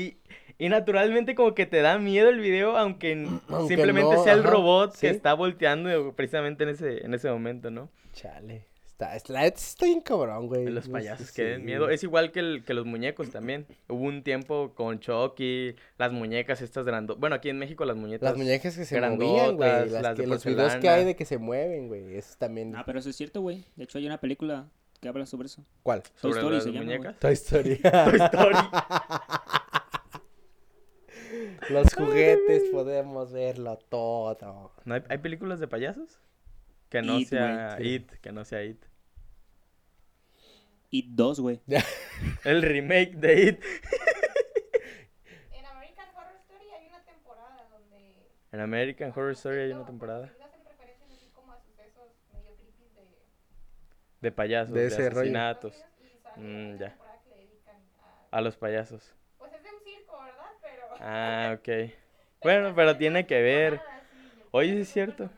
Speaker 2: y, y naturalmente como que te da miedo el video, aunque, n-
Speaker 1: *clears throat* Aunque
Speaker 2: simplemente
Speaker 1: no,
Speaker 2: sea el
Speaker 1: ajá,
Speaker 2: robot
Speaker 1: sí.
Speaker 2: que está volteando precisamente en ese, en ese momento, ¿no?
Speaker 1: Chale. Está, es- la neta sí está bien cabrón, güey.
Speaker 2: Los
Speaker 1: No sé,
Speaker 2: payasos que den
Speaker 1: sí.
Speaker 2: miedo. Es igual que, el- que los muñecos también. Hubo un tiempo con Chucky, las muñecas estas grandes. Bueno, aquí en México las muñecas.
Speaker 1: Las muñecas que se
Speaker 2: grandotas,
Speaker 1: movían, güey. Las,
Speaker 2: las
Speaker 1: que,
Speaker 2: de
Speaker 1: los videos que
Speaker 2: porcelana.
Speaker 1: hay de que se mueven, güey. Eso también.
Speaker 3: Ah, pero eso es cierto, güey. De hecho, hay una película que habla sobre eso.
Speaker 1: ¿Cuál?
Speaker 3: Toy
Speaker 2: Sobre
Speaker 3: Story
Speaker 2: las
Speaker 3: se llama, güey.
Speaker 1: *laughs*
Speaker 2: muñecas.
Speaker 1: Toy Story.
Speaker 2: Toy Story. *laughs*
Speaker 1: los juguetes podemos verlo todo.
Speaker 2: ¿No hay, hay películas de payasos? Que no
Speaker 3: It,
Speaker 2: sea
Speaker 1: güey, sí.
Speaker 2: It, que no sea It.
Speaker 3: Y dos, güey.
Speaker 2: El remake de It.
Speaker 4: En American Horror Story hay una temporada donde.
Speaker 2: En American Horror Story hay una temporada de payasos,
Speaker 1: De
Speaker 2: de,
Speaker 1: ese rollo.
Speaker 2: asesinatos. Mm, ya. A los payasos.
Speaker 4: Pues es de un circo, ¿verdad? Pero.
Speaker 2: Ah, ok. Bueno,
Speaker 4: *laughs*
Speaker 2: pero tiene que ver.
Speaker 4: Ah,
Speaker 2: Oye, sí es cierto.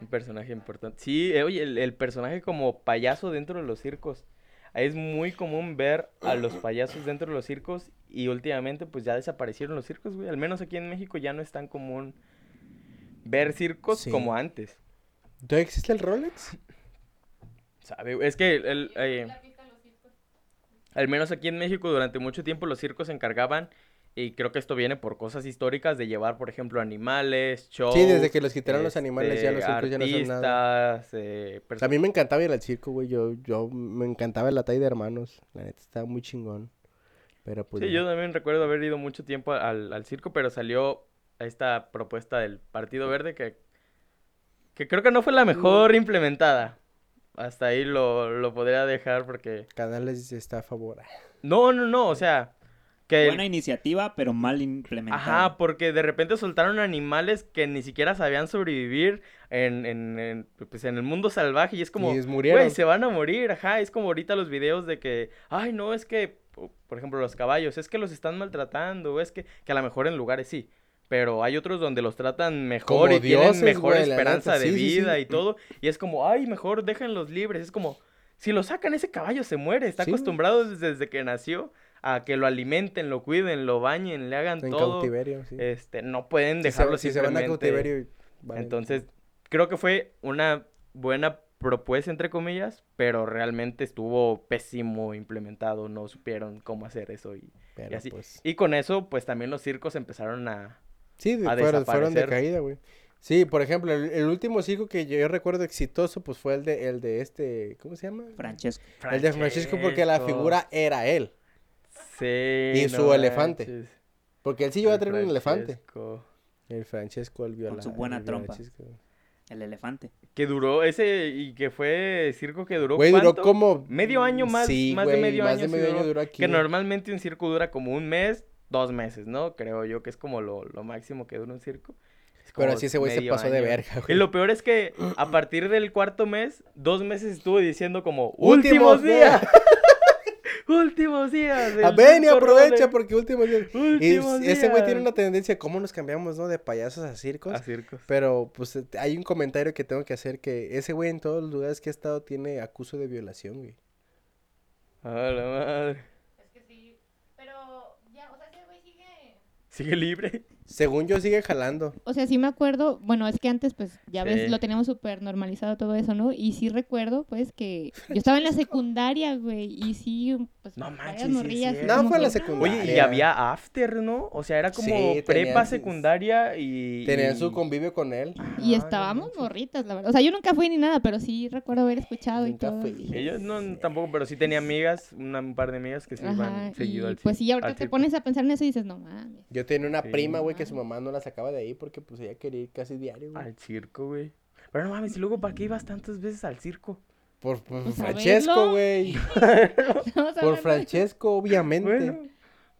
Speaker 2: Un personaje importante. Sí, eh, oye, el, el personaje como payaso dentro de los circos. Es muy común ver a los payasos dentro de los circos y últimamente pues ya desaparecieron los circos, güey. Al menos aquí en México ya no es tan común ver circos
Speaker 1: Sí.
Speaker 2: como antes.
Speaker 1: ¿Todavía existe el Rolex?
Speaker 2: ¿Sabe? güey? Es que el, el, eh, al menos aquí en México durante mucho tiempo los circos se encargaban, y creo que esto viene por cosas históricas, de llevar, por ejemplo, animales, shows.
Speaker 1: Sí, desde que los quitaron los animales ya los
Speaker 2: este,
Speaker 1: circos ya no hacen nada.
Speaker 2: artistas, eh,
Speaker 1: A
Speaker 2: perso-
Speaker 1: mí me encantaba ir al circo, güey. Yo, yo me encantaba la talla de hermanos. La neta estaba muy chingón. Pero pues.
Speaker 2: Sí,
Speaker 1: ya.
Speaker 2: yo también recuerdo haber ido mucho tiempo al, al circo, pero salió esta propuesta del Partido Verde que, que creo que no fue la mejor implementada. Hasta ahí lo, lo podría dejar porque...
Speaker 1: Canales está a favor. ah,
Speaker 2: No, no, no, o sea... Que
Speaker 3: Buena iniciativa, pero mal implementada.
Speaker 2: Ajá, pues. porque de repente soltaron animales que ni siquiera sabían sobrevivir en, en, en, pues, en el mundo salvaje y es como,
Speaker 1: Y es- murieron.
Speaker 2: güey, se van a morir, ajá, es como ahorita los videos de que, ay, no, es que, po- por ejemplo, los caballos, es que los están maltratando, es que, que a lo mejor en lugares sí, pero hay otros donde los tratan mejor
Speaker 1: Como
Speaker 2: y
Speaker 1: dioses,
Speaker 2: tienen mejor
Speaker 1: güey, la
Speaker 2: esperanza
Speaker 1: neta,
Speaker 2: de
Speaker 1: sí, sí, Mm. sí.
Speaker 2: vida y todo, y es como, ay, mejor déjenlos libres, es como, si lo sacan ese caballo se muere, está
Speaker 1: Sí, güey.
Speaker 2: acostumbrado desde, desde que nació a que lo alimenten, lo cuiden, lo bañen, le hagan
Speaker 1: En
Speaker 2: todo.
Speaker 1: cautiverio, sí.
Speaker 2: Este, no pueden
Speaker 1: Si se-
Speaker 2: dejarlo
Speaker 1: si se van a
Speaker 2: simplemente.
Speaker 1: cautiverio. vale.
Speaker 2: Entonces, creo que fue una buena propuesta, entre comillas, pero realmente estuvo pésimo implementado, no supieron cómo hacer eso y,
Speaker 1: Pero,
Speaker 2: así.
Speaker 1: pues,
Speaker 2: y con eso, pues también los circos empezaron a...
Speaker 1: Sí, de-
Speaker 2: a
Speaker 1: fueron, fueron de
Speaker 2: desaparecer.
Speaker 1: caída, güey. Sí, por ejemplo, el, el último circo que yo recuerdo exitoso, pues fue el de, el de este, ¿cómo se llama?
Speaker 3: Francesco.
Speaker 1: El de Francisco, porque la figura era él.
Speaker 2: Sí,
Speaker 1: y su elefante. Porque él sí iba a tener un elefante.
Speaker 2: Francesco.
Speaker 1: El Francesco, el violador.
Speaker 3: su buena trompa. El elefante.
Speaker 2: Que duró ese y que fue circo que duró
Speaker 1: Güey, duró
Speaker 2: ¿cuánto?
Speaker 1: como...
Speaker 2: Medio año más,
Speaker 1: Sí,
Speaker 2: más
Speaker 1: güey,
Speaker 2: de medio
Speaker 1: más
Speaker 2: año.
Speaker 1: de
Speaker 2: sí
Speaker 1: medio año
Speaker 2: duró,
Speaker 1: duró aquí.
Speaker 2: Que normalmente un circo dura como un mes, dos meses, ¿no? Creo yo que es como lo, lo máximo que dura un circo. Es
Speaker 1: Pero
Speaker 2: como
Speaker 1: así ese güey se
Speaker 2: medio
Speaker 1: pasó de
Speaker 2: año.
Speaker 1: verga,
Speaker 2: Y
Speaker 1: güey.
Speaker 2: lo peor es que a partir del cuarto mes, dos meses estuvo diciendo como
Speaker 1: Últimos Ah,
Speaker 2: últimos días, *laughs* últimos días. del
Speaker 1: Ven y
Speaker 2: circo
Speaker 1: aprovecha
Speaker 2: Rolex".
Speaker 1: porque último día. Y
Speaker 2: Últimos
Speaker 1: ese güey tiene
Speaker 2: días.
Speaker 1: una tendencia, ¿cómo nos cambiamos, no? De payasos a circos.
Speaker 2: A circos.
Speaker 1: Pero pues eh, hay un comentario que tengo que hacer que ese güey en todos los lugares que ha estado tiene acuso de violación, güey.
Speaker 2: A la madre.
Speaker 4: Es que sí. Pero ya, o sea, ese güey sigue.
Speaker 2: Sigue libre.
Speaker 1: Según yo sigue jalando.
Speaker 4: O sea, sí me acuerdo, bueno, es que antes pues ya ves,
Speaker 2: Sí.
Speaker 4: lo teníamos súper normalizado todo eso, ¿no? Y sí recuerdo pues que yo estaba en la secundaria, güey, y sí, pues
Speaker 2: No
Speaker 4: varias
Speaker 2: manches, sí es
Speaker 4: morrillas,
Speaker 2: cierto.
Speaker 4: y como
Speaker 1: No, fue a la
Speaker 4: que,
Speaker 1: secundaria.
Speaker 2: Oye, y había after, ¿no? O sea, era como
Speaker 1: Sí,
Speaker 2: prepa
Speaker 1: tenían-
Speaker 2: secundaria y...
Speaker 1: Tenían su
Speaker 2: y-
Speaker 1: convivio con él.
Speaker 4: Y
Speaker 2: Ah, no
Speaker 4: estábamos
Speaker 2: manches.
Speaker 4: morritas, la verdad. O sea, yo nunca fui ni nada, pero sí recuerdo haber escuchado y
Speaker 1: Nunca
Speaker 4: todo.
Speaker 1: fui.
Speaker 4: y-
Speaker 2: Ellos no tampoco, pero sí tenía amigas, una- un par de amigas que sí
Speaker 4: Ajá,
Speaker 2: iban seguido
Speaker 4: y
Speaker 2: al
Speaker 4: pues
Speaker 2: cir-
Speaker 4: sí, ahorita
Speaker 2: al
Speaker 4: te
Speaker 2: circo.
Speaker 4: pones a pensar en eso y dices, no mames. *laughs*
Speaker 1: Yo tenía una
Speaker 2: Sí.
Speaker 1: prima, güey, que su mamá no la sacaba de ahí porque pues ella quería ir casi diario, güey.
Speaker 2: al circo, güey. Pero no mames, y luego para qué ibas tantas veces al circo?
Speaker 1: Por, por
Speaker 4: Pues, a
Speaker 1: Francesco,
Speaker 4: verlo. pues,
Speaker 1: güey.
Speaker 4: Estamos
Speaker 1: Por
Speaker 4: hablando de-
Speaker 1: Francesco, obviamente.
Speaker 2: Bueno.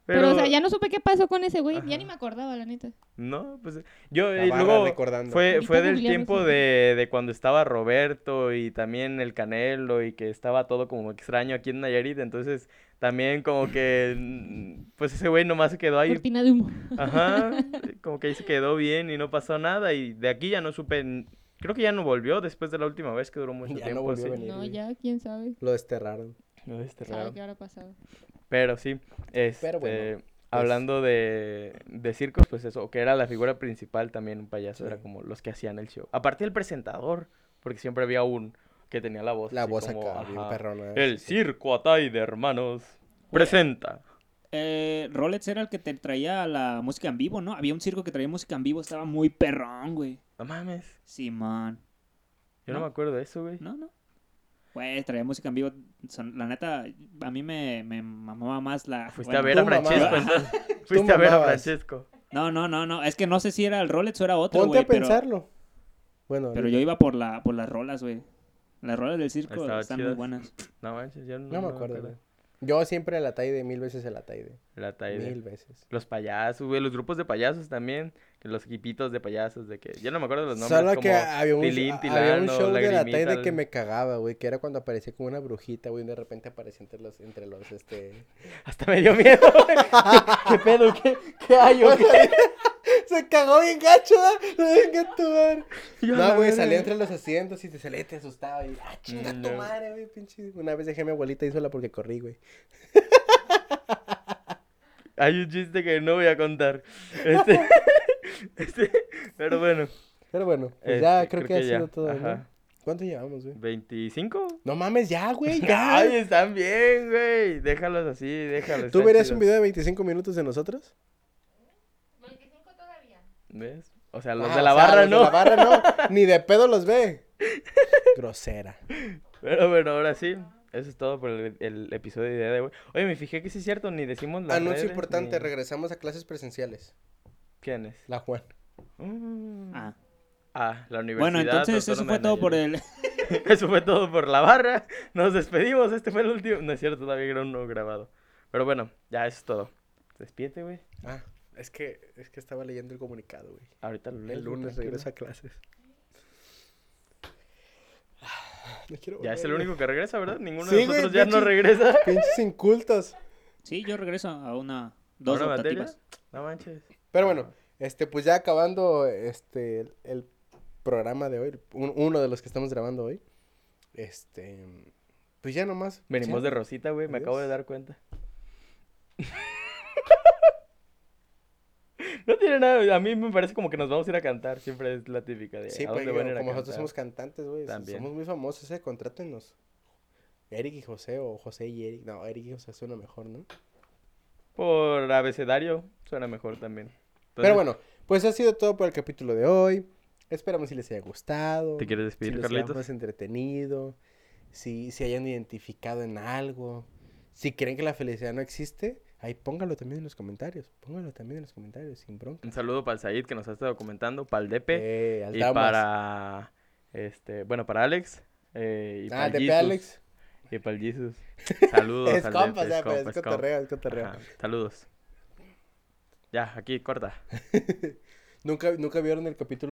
Speaker 4: Pero... o sea, ya no supe qué pasó con ese güey.
Speaker 2: Ajá.
Speaker 4: Ya ni me acordaba, la neta.
Speaker 2: No, pues yo
Speaker 1: La
Speaker 2: y
Speaker 1: barra
Speaker 2: luego
Speaker 1: recordando.
Speaker 2: fue
Speaker 4: Ahorita
Speaker 2: fue del
Speaker 4: googleamos
Speaker 2: tiempo
Speaker 4: eso.
Speaker 2: de, de cuando estaba Roberto y también el Canelo y que estaba todo como extraño aquí en Nayarit, entonces también como que mm, pues ese güey nomás se quedó ahí
Speaker 4: Cortina de humo.
Speaker 2: Ah, Ajá, eh, como que ahí se quedó bien y no pasó nada y de aquí ya no supe, n- creo que ya no volvió después de la última vez que
Speaker 1: *laughs*
Speaker 2: duró mucho
Speaker 1: Ya no
Speaker 2: tiempo.
Speaker 1: volvió
Speaker 2: sí.
Speaker 1: a venir.
Speaker 4: *laughs* No,
Speaker 1: güey.
Speaker 4: ya, quién sabe.
Speaker 1: Lo desterraron.
Speaker 2: No, este
Speaker 4: Sabe
Speaker 2: raro.
Speaker 4: qué habrá pasado.
Speaker 2: Pero sí, este,
Speaker 1: bueno, pues
Speaker 2: hablando de, de circos, pues eso, que era la figura principal también un payaso, era
Speaker 1: Sí.
Speaker 2: como los que hacían el show. Aparte el presentador, porque siempre había un que tenía la voz.
Speaker 1: La
Speaker 2: así
Speaker 1: voz
Speaker 2: como,
Speaker 1: acá, bien
Speaker 2: ajá,
Speaker 1: perrona.
Speaker 2: El circo Atay de hermanos presenta.
Speaker 3: Eh, Rolex era el que te traía la música en vivo, ¿no? Había un circo que traía música en vivo, estaba muy perrón, güey.
Speaker 2: No mames,
Speaker 3: Simón.
Speaker 2: yo no,
Speaker 3: No.
Speaker 2: me acuerdo de eso, güey.
Speaker 3: No, no. Pues traía música en vivo. son- la neta, a mí me, me mamaba más la.
Speaker 2: Fuiste
Speaker 3: bueno,
Speaker 2: a ver a
Speaker 1: tú mamabas.
Speaker 2: Francesco,
Speaker 1: *laughs*
Speaker 2: entonces. Fuiste a ver a
Speaker 1: mamabas.
Speaker 2: Francesco.
Speaker 3: No, no, no, no. Es que no sé si era el Rolex o era otro,
Speaker 1: Ponte
Speaker 3: güey.
Speaker 1: a pensarlo. Bueno,
Speaker 3: Pero yo iba por, la, por las rolas, güey. Las rolas del circo
Speaker 2: Estaba
Speaker 3: están
Speaker 2: chidas.
Speaker 3: muy buenas.
Speaker 2: No manches, yo no,
Speaker 1: No me acuerdo, güey. yo siempre la taide, mil veces el ataide.
Speaker 2: La Taide.
Speaker 1: Mil veces.
Speaker 2: Los payasos, güey, los grupos de payasos también. que Los equipitos de payasos, de que. Yo no me acuerdo los nombres.
Speaker 1: Solo
Speaker 2: como
Speaker 1: que había un,
Speaker 2: Tilín,
Speaker 1: a- había un
Speaker 2: Tilano,
Speaker 1: show de la
Speaker 2: Lagrimita,
Speaker 1: Taide que
Speaker 2: el-
Speaker 1: me cagaba, güey, que era cuando aparecía como una brujita, güey, y de repente aparecía entre los, entre los, *laughs* este...
Speaker 2: Hasta me dio miedo, güey. ¿Qué pedo? ¿Qué, qué hay? o qué?
Speaker 1: *laughs* Se cagó bien gacho, ¿verdad? Venga tu madre.
Speaker 2: Yo a
Speaker 1: *laughs*
Speaker 2: la
Speaker 1: No, güey,
Speaker 2: verga. Mm,
Speaker 1: salía entre los asientos y te salía y te asustaba. Y, ah, chinga tu
Speaker 2: No.
Speaker 1: madre, güey, pinche. Una vez dejé a mi abuelita ahí sola porque corrí, güey.
Speaker 2: Hay un chiste que no voy
Speaker 1: *laughs*
Speaker 2: a contar. Este. *laughs* este pero bueno.
Speaker 1: Pero bueno, pues
Speaker 2: este,
Speaker 1: ya creo, que, ha
Speaker 2: ya.
Speaker 1: sido todo,
Speaker 2: Ajá.
Speaker 1: ¿no? ¿Cuánto llevamos, güey?
Speaker 2: ¿25?
Speaker 1: No mames, ya,
Speaker 2: *laughs*
Speaker 1: güey, ya.
Speaker 2: Ay, están bien, güey. Déjalos así, déjalos.
Speaker 1: ¿Tú
Speaker 2: están
Speaker 1: verías un
Speaker 2: chidos.
Speaker 1: video de 25 minutos de nosotros?
Speaker 4: 25 todavía.
Speaker 2: ¿Ves? O sea, los
Speaker 1: Ah,
Speaker 2: de
Speaker 1: o
Speaker 2: la
Speaker 1: sea,
Speaker 2: barra
Speaker 1: los de
Speaker 2: no.
Speaker 1: la barra no. *laughs* Ni de pedo los *laughs* ve. Grosera.
Speaker 2: Pero bueno, ahora sí. Eso es todo por el, el episodio de hoy. Oye, me fijé que sí es cierto, ni decimos la.
Speaker 1: Anuncio importante, regresamos a clases presenciales.
Speaker 2: ¿Quién es?
Speaker 1: La Juan.
Speaker 2: Mm.
Speaker 3: Ah.
Speaker 2: Ah, la universidad.
Speaker 3: Bueno, entonces eso
Speaker 2: Autónoma
Speaker 3: fue
Speaker 2: de
Speaker 3: todo por
Speaker 2: Nayarit. *laughs*
Speaker 3: el... *laughs*
Speaker 2: Eso fue todo por la barra. Nos despedimos. Este fue el último. No es cierto, todavía era uno grabado. Pero bueno, ya eso es todo. Despídete, güey.
Speaker 1: Ah, es que, es que estaba leyendo el comunicado, güey.
Speaker 2: Ahorita lo lees,
Speaker 1: El
Speaker 2: güey,
Speaker 1: lunes
Speaker 2: tranquilo.
Speaker 1: regreso a clases. *sighs* Me quiero
Speaker 2: Ya es
Speaker 1: volver,
Speaker 2: el
Speaker 1: güey.
Speaker 2: único que regresa, ¿verdad? Ninguno
Speaker 1: Sí,
Speaker 2: de
Speaker 1: güey,
Speaker 2: nosotros ya no
Speaker 1: pinche-
Speaker 2: regresa.
Speaker 1: Pinches incultos.
Speaker 3: Sí, yo regreso a una...
Speaker 2: ¿A
Speaker 3: Dos
Speaker 2: una materia?
Speaker 3: optativas.
Speaker 2: No manches.
Speaker 1: Pero bueno, este, pues ya acabando este el, el programa de hoy, un- uno de los que estamos grabando hoy. Este, pues ya nomás.
Speaker 2: Venimos
Speaker 1: ¿sí?
Speaker 2: de Rosita, güey. Me acabo de
Speaker 1: Adiós.
Speaker 2: dar cuenta. *laughs* no tiene nada. A mí me parece como que nos vamos a ir a cantar. Siempre es la típica de.
Speaker 1: Sí,
Speaker 2: ¿a dónde
Speaker 1: pero
Speaker 2: van a ir a
Speaker 1: como nosotros
Speaker 2: cantar?
Speaker 1: somos cantantes, güey. so-
Speaker 2: También.
Speaker 1: Somos muy famosos, eh, contrátenos. Eric y José o José y Eric. No, Eric y José suena mejor, ¿no?
Speaker 2: Pues Por abecedario suena mejor también.
Speaker 1: Pero
Speaker 2: Entonces,
Speaker 1: bueno, pues ha sido todo por el capítulo de hoy. Esperamos si les haya gustado.
Speaker 2: ¿Te quieres
Speaker 1: si
Speaker 2: despedir,
Speaker 1: los hayamos
Speaker 2: Carlitos?
Speaker 1: entretenido, si se hayan identificado en algo, si creen que la felicidad no existe, ahí póngalo también en los comentarios, póngalo también en los comentarios, sin bronca.
Speaker 2: Un saludo para el Said que nos ha estado comentando, para el Depe
Speaker 1: Eh, al
Speaker 2: y
Speaker 1: Damas.
Speaker 2: para este, bueno, para Alex eh, y para
Speaker 1: ah,
Speaker 2: el
Speaker 1: de
Speaker 2: Jesus,
Speaker 1: Alex.
Speaker 2: y para
Speaker 1: *laughs*
Speaker 2: el Jesus. Saludos
Speaker 1: Es
Speaker 2: al
Speaker 1: compas,
Speaker 2: Depe,
Speaker 1: ya, pero es
Speaker 2: compa, es compa.
Speaker 1: cotorreo, es cotorreo.
Speaker 2: Ajá, Saludos. Ya, aquí corta.
Speaker 1: *laughs* ¿Nunca, ¿Nunca vieron el capítulo